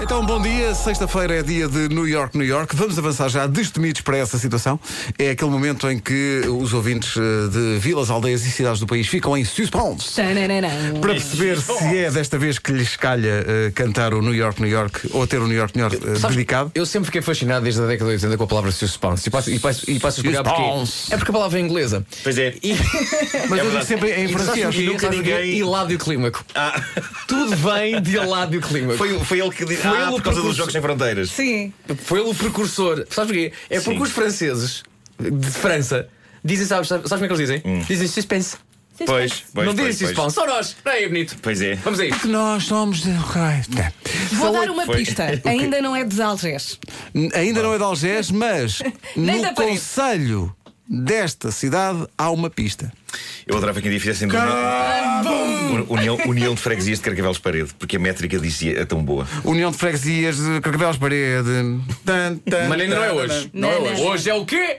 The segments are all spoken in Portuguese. Então, bom dia. Sexta-feira é dia de New York, New York. Vamos avançar já destemidos para essa situação. É aquele momento em que os ouvintes eh, de vilas, aldeias e cidades do país ficam em suspense. Tananana. Para perceber se é desta vez que lhes calha eh, cantar o New York, New York ou ter o New York, New York eh, Sabes, dedicado. Eu sempre fiquei fascinado desde a década de 80 com a palavra suspense. E passo, e passo, e passo a explicar Suspense. porquê. É porque a palavra é inglesa. Pois é. E, Mas eu digo verdade. sempre em e, francês. que nunca nunca ninguém. ninguém- Iládio Clímaco. Tudo vem de Iládio Clímaco. Foi, Foi, foi ele que disse. Foi ele ah, o por causa percurso. dos Jogos Sem Fronteiras. Sim. foi ele o precursor. Sabes porquê? É porque Sim. os franceses de França dizem, sabes, sabes como é que eles dizem? Dizem suspense. Pois, pois. não pois, dizem suspense. pois. Só nós. Não é bonito. Pois é. Vamos a isto. Que nós somos de. Ai, tá. Vou dar uma foi. pista. Ainda não é dos Algés. N- Ainda não é de Algés, mas Nem no da Paris. conselho desta cidade há uma pista. Eu adorava que um dia fizessem do- Uni- união, união de freguesias de Carcavelos Parede, porque a métrica dizia é tão boa. União de Freguesias de Carcavelos Parede. Tan, tan, Mas ainda não é tan, hoje. tan. Não é Não, não, hoje. não. Hoje é o quê?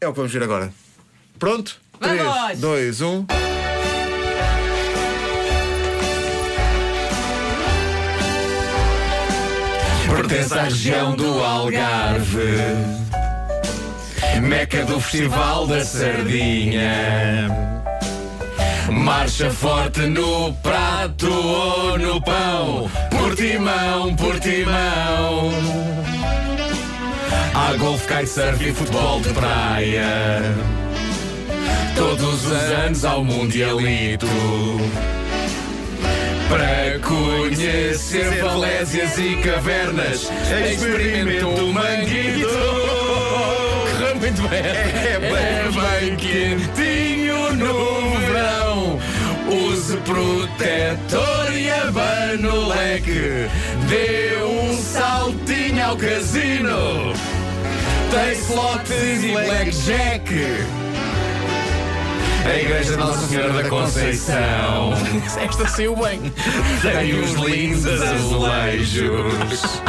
É o que vamos ver agora. Pronto? um. Vamos! 3, 2, 1. Pertence à região do Algarve, Meca do Festival da Sardinha. Marcha forte no prato ou no pão, Portimão, Portimão. Há golfe, kitesurf e futebol de praia. Todos os anos ao Mundialito. Para conhecer falésias e cavernas, experimento o manguito. Correu muito bem. É bem quentinho no verão. Use protetor e abana no leque. Dê um saltinho ao casino. Tem slots e blackjack. A Igreja de Nossa Senhora da Conceição. Esta saiu bem. Tem os lindos azulejos.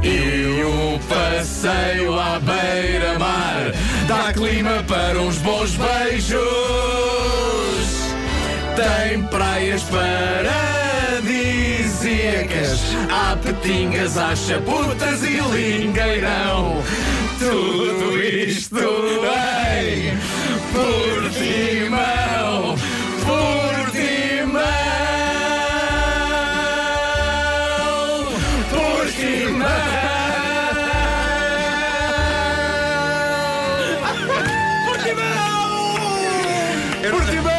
E o passeio à beira-mar dá clima para uns bons beijos. Tem praias paradisíacas, há petingas, há chaputas e lingueirão. Tudo isto em Portimão, Portimão, Portimão. Portimão!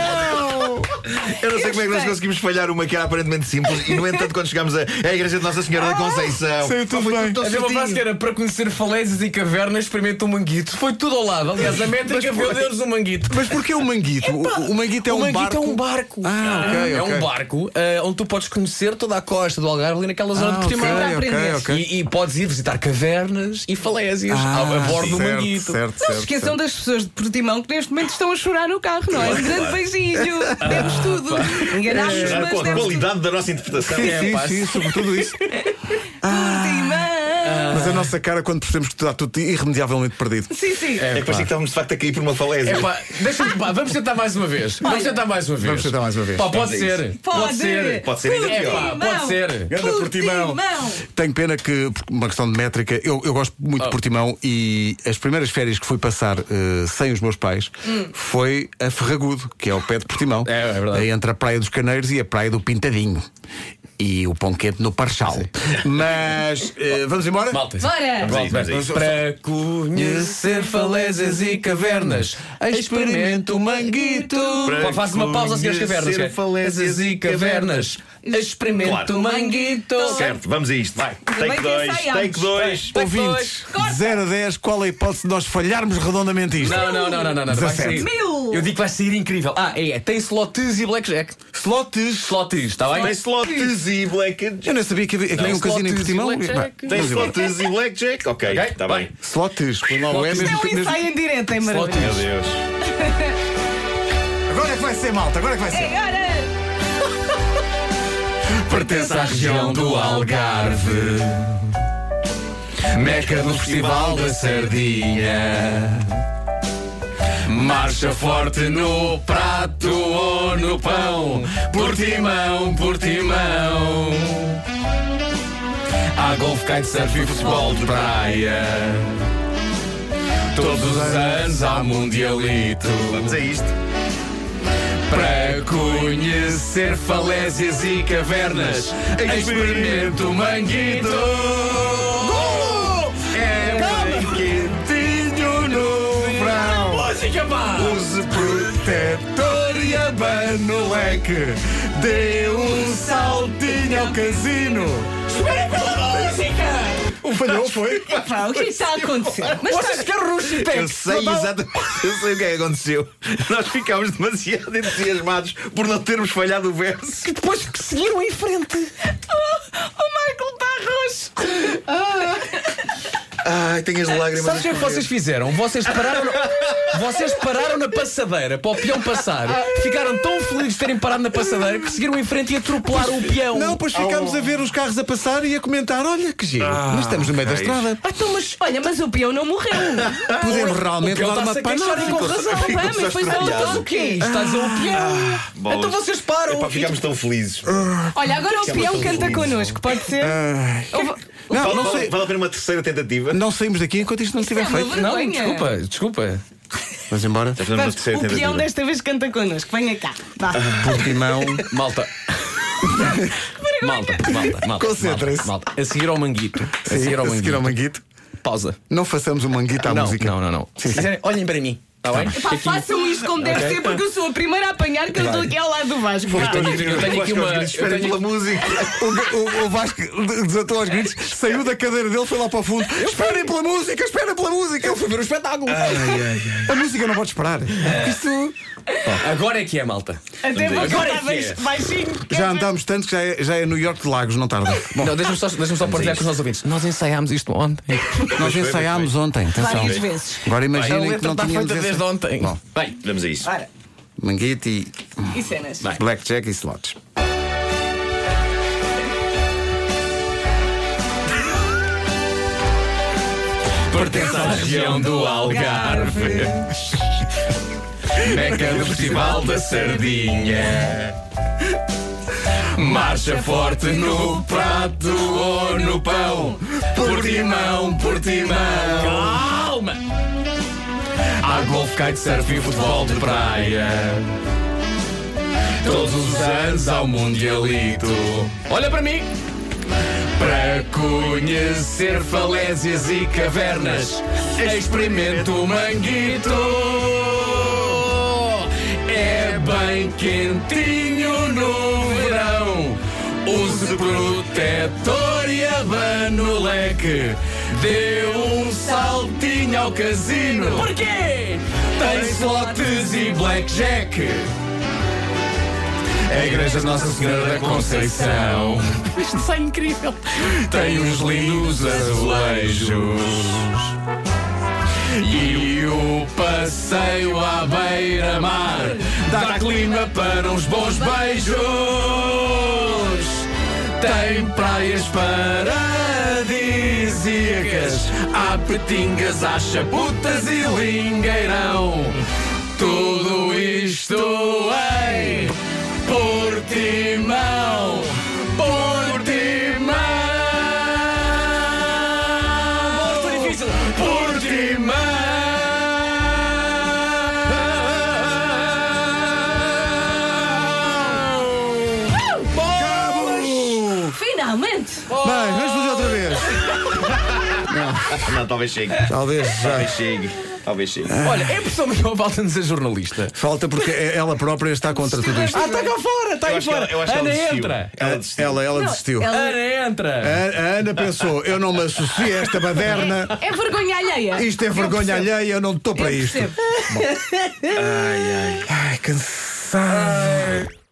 Eu não sei como é que nós conseguimos falhar uma que era aparentemente simples e, no entanto, quando chegámos a, à Igreja de Nossa Senhora Ah, da Conceição. saiu tudo foi bem. tão É Havia uma frase que certinho. era para conhecer falésias e cavernas, experimenta um manguito. Foi tudo ao lado. Aliás, a métrica viu Deus um manguito. Mas porquê o Manguito? O, o Manguito é o um manguito barco. é um barco. Ah, ok, É ok. um barco ah, onde tu podes conhecer toda a costa do Algarve ali naquela zona Ah, de Portimão. ok, ok, aprender. ok. E, e podes ir visitar cavernas e falésias Ah, a, a bordo do certo, manguito. Certo, Não certo, se esqueçam certo. das pessoas de Portimão que neste momento estão a chorar no carro, não é? Um grande beijinho. Demos tudo. Enganámos, Ah, mas com demos a tudo. qualidade da nossa interpretação. Sim, É, sim, pá. sim, sobretudo isso. Portimão. Mas a nossa cara, quando percebemos que está tudo irremediavelmente perdido. Sim, sim. É que parecia que estávamos de facto a cair por uma falésia. Epá, deixa-me- pá, vamos tentar mais uma vez. Vamos tentar mais uma vez. Vamos tentar mais uma vez. Pá, pode Vamos a ser. isso. Pode. ser. Pode ser ainda Epá, pior. pode ser. Ganda Portimão. Tenho pena que, por uma questão de métrica, eu, eu gosto muito Oh. de Portimão e as primeiras férias que fui passar eh, sem os meus pais foi a Ferragudo, que é o pé de Portimão. Hum. É, é verdade. Eh, Entre a Praia dos Caneiros e a Praia do Pintadinho. E o pão quente no Parchal. Mas eh, vamos embora? Malta. Bora. Vamos a isso, vamos a isso. Para é conhecer falésias e cavernas, experimento o manguito. Pá, faz uma pausa assim às cavernas. conhecer que é, falésias e cavernas, experimento Claro. o manguito. Certo, vamos a isto. Vai. bem Take que 2, ensaiámos. take 2. Ouvintes, Corta. 0 a 10, qual é a hipótese de nós falharmos redondamente isto? Não, não, não, não, não, não. Vai 17. sair. Mil. Eu digo que vai sair incrível. Ah, é, é, tem slotis e blackjack. Slotes. Slotis, está tá bem? Tem slots e blackjack. Eu não sabia que havia, que Não, havia um casino em slotes e Portimão. blackjack. Bem, Tem vamos embora. slots e blackjack. Ok, Ok, está vai. bem. Slotes. Põe lá o E Slotes. É mesmo. um mesmo- ensaio em direto, hein, maravilha. Meu Deus. Agora é que vai ser malta, agora é que vai ser. Agora. pertence à região do Algarve. Meca do Festival da Sardinha. Marcha forte no prato ou no pão, Portimão, Portimão. há golfe, kitesurf e futebol de praia. Todos os anos há mundialito. Vamos a isto. Para conhecer falésias e cavernas, experimento o manguito. É bem quentinho no verão. Música, pá! Use protetor e abano é o leque. Dê um saltinho ao casino. Espera pela música! O falhou foi. é Pá, o que está a acontecer? Mas está... Carruxo, Eu sei exatamente. Eu sei o que é que aconteceu. Nós ficámos demasiado entusiasmados por não termos falhado o verso. depois que seguiram em frente. Oh, o Michael Barros! Ai, tenho as lágrimas. Sabes o que é que vocês fizeram? Vocês pararam, vocês pararam na passadeira para o peão passar. Ficaram tão felizes de terem parado na passadeira que seguiram em frente e atropelaram o peão. Não, pois ficámos a ver os carros a passar e a comentar: olha que giro, mas estamos no meio da ok. estrada. Ah, então, mas olha, mas o peão não morreu. Podemos o realmente peão dar uma está-se a queixar e panada. com razão. é? Mas Ficou bem, só mas depois estragado. ela o quê? Está a dizer o peão. Bolas. Então vocês param. Epá, ficámos tão felizes. Olha, agora o peão solução. canta connosco, pode ser? Ou va- Não, Vale, não, vale- sei- vale a pena uma terceira tentativa? não saímos daqui enquanto isto não estiver é uma feito. vergonha. Não, desculpa, desculpa. Vamos Ah, embora. Já fizemos uma Vamos, terceira o peão tentativa. desta vez canta connosco, venha cá. Vá. Portimão. Malta. Malta, malta, malta. Concentrem-se. Malta, malta. A seguir ao manguito. A Sim, seguir ao a seguir ao manguito. manguito. Pausa. Não façamos um manguito à não, música. não, não, não. Sim, sim. Quiserem, Olhem para mim. Está bem? Pá, façam isto como deve ser, porque eu sou a primeira a apanhar que eu estou aqui ao lado do Vasco. Vá. então, Eu Eu tenho acho aqui que aos uma. gritos, eu esperem pela tenho- música. O, o- o Vasco desatou aos gritos, saiu da cadeira dele, foi lá para o fundo. Esperem pela música, esperem pela música. Eu fui ver o espetáculo. A música não pode esperar. É Isto. Agora é que é, malta. Até vou Agora cantar é que é. baix- baixinho. Já andámos tanto que já é, já é New York de Lagos, não tarda. Bom, Não, deixa-me só, deixa só partilhar com os nossos ouvintes. Nós ensaiámos isto ontem. nós ensaiámos ontem, atenção. Várias vezes. Agora a imaginem que letra não está tínhamos feita esse- desde ontem. Bom, Bem, Vamos a isso. Ora, manguito e e cenas. blackjack e slots. pertence à região do Algarve. Meca do Festival da Sardinha. Marcha forte no prato ou no pão. Portimão, portimão. Calma! Há golfe, kitesurf e futebol de praia. Todos os anos ao Mundialito. Olha para mim! Para conhecer falésias e cavernas, experimento o manguito. É bem quentinho no verão. Use protetor e abano o leque. Dê um saltinho ao casino. Porquê? Tem slots e blackjack. A Igreja de Nossa Senhora da Conceição. Isto é incrível. Tem uns lindos azulejos. E o passeio à beira-mar dá clima para uns bons beijos. Tem praias paradisíacas, há petingas, há chaputas e lingueirão. Tudo isto em Portimão, Portimão. Portimão! Finalmente! Bem, vamos fazer outra vez. Não, talvez chegue. Talvez já. Talvez chegue. Talvez chegue. Olha, é a pessoa melhor falta de ser jornalista. Falta porque é ela própria está contra tudo isto. Ah, está cá fora, está Eu aí acho que fora. ela- eu acho que ela Ana, desistiu. é- entra. Ela desistiu. Ela, ela Não, desistiu. ela- Ana, entra. A, a Ana pensou, eu não me associo a esta baderna. É vergonha alheia. Isto é vergonha percebo. alheia, eu não estou para Eu isto. percebo. Ai, cansado.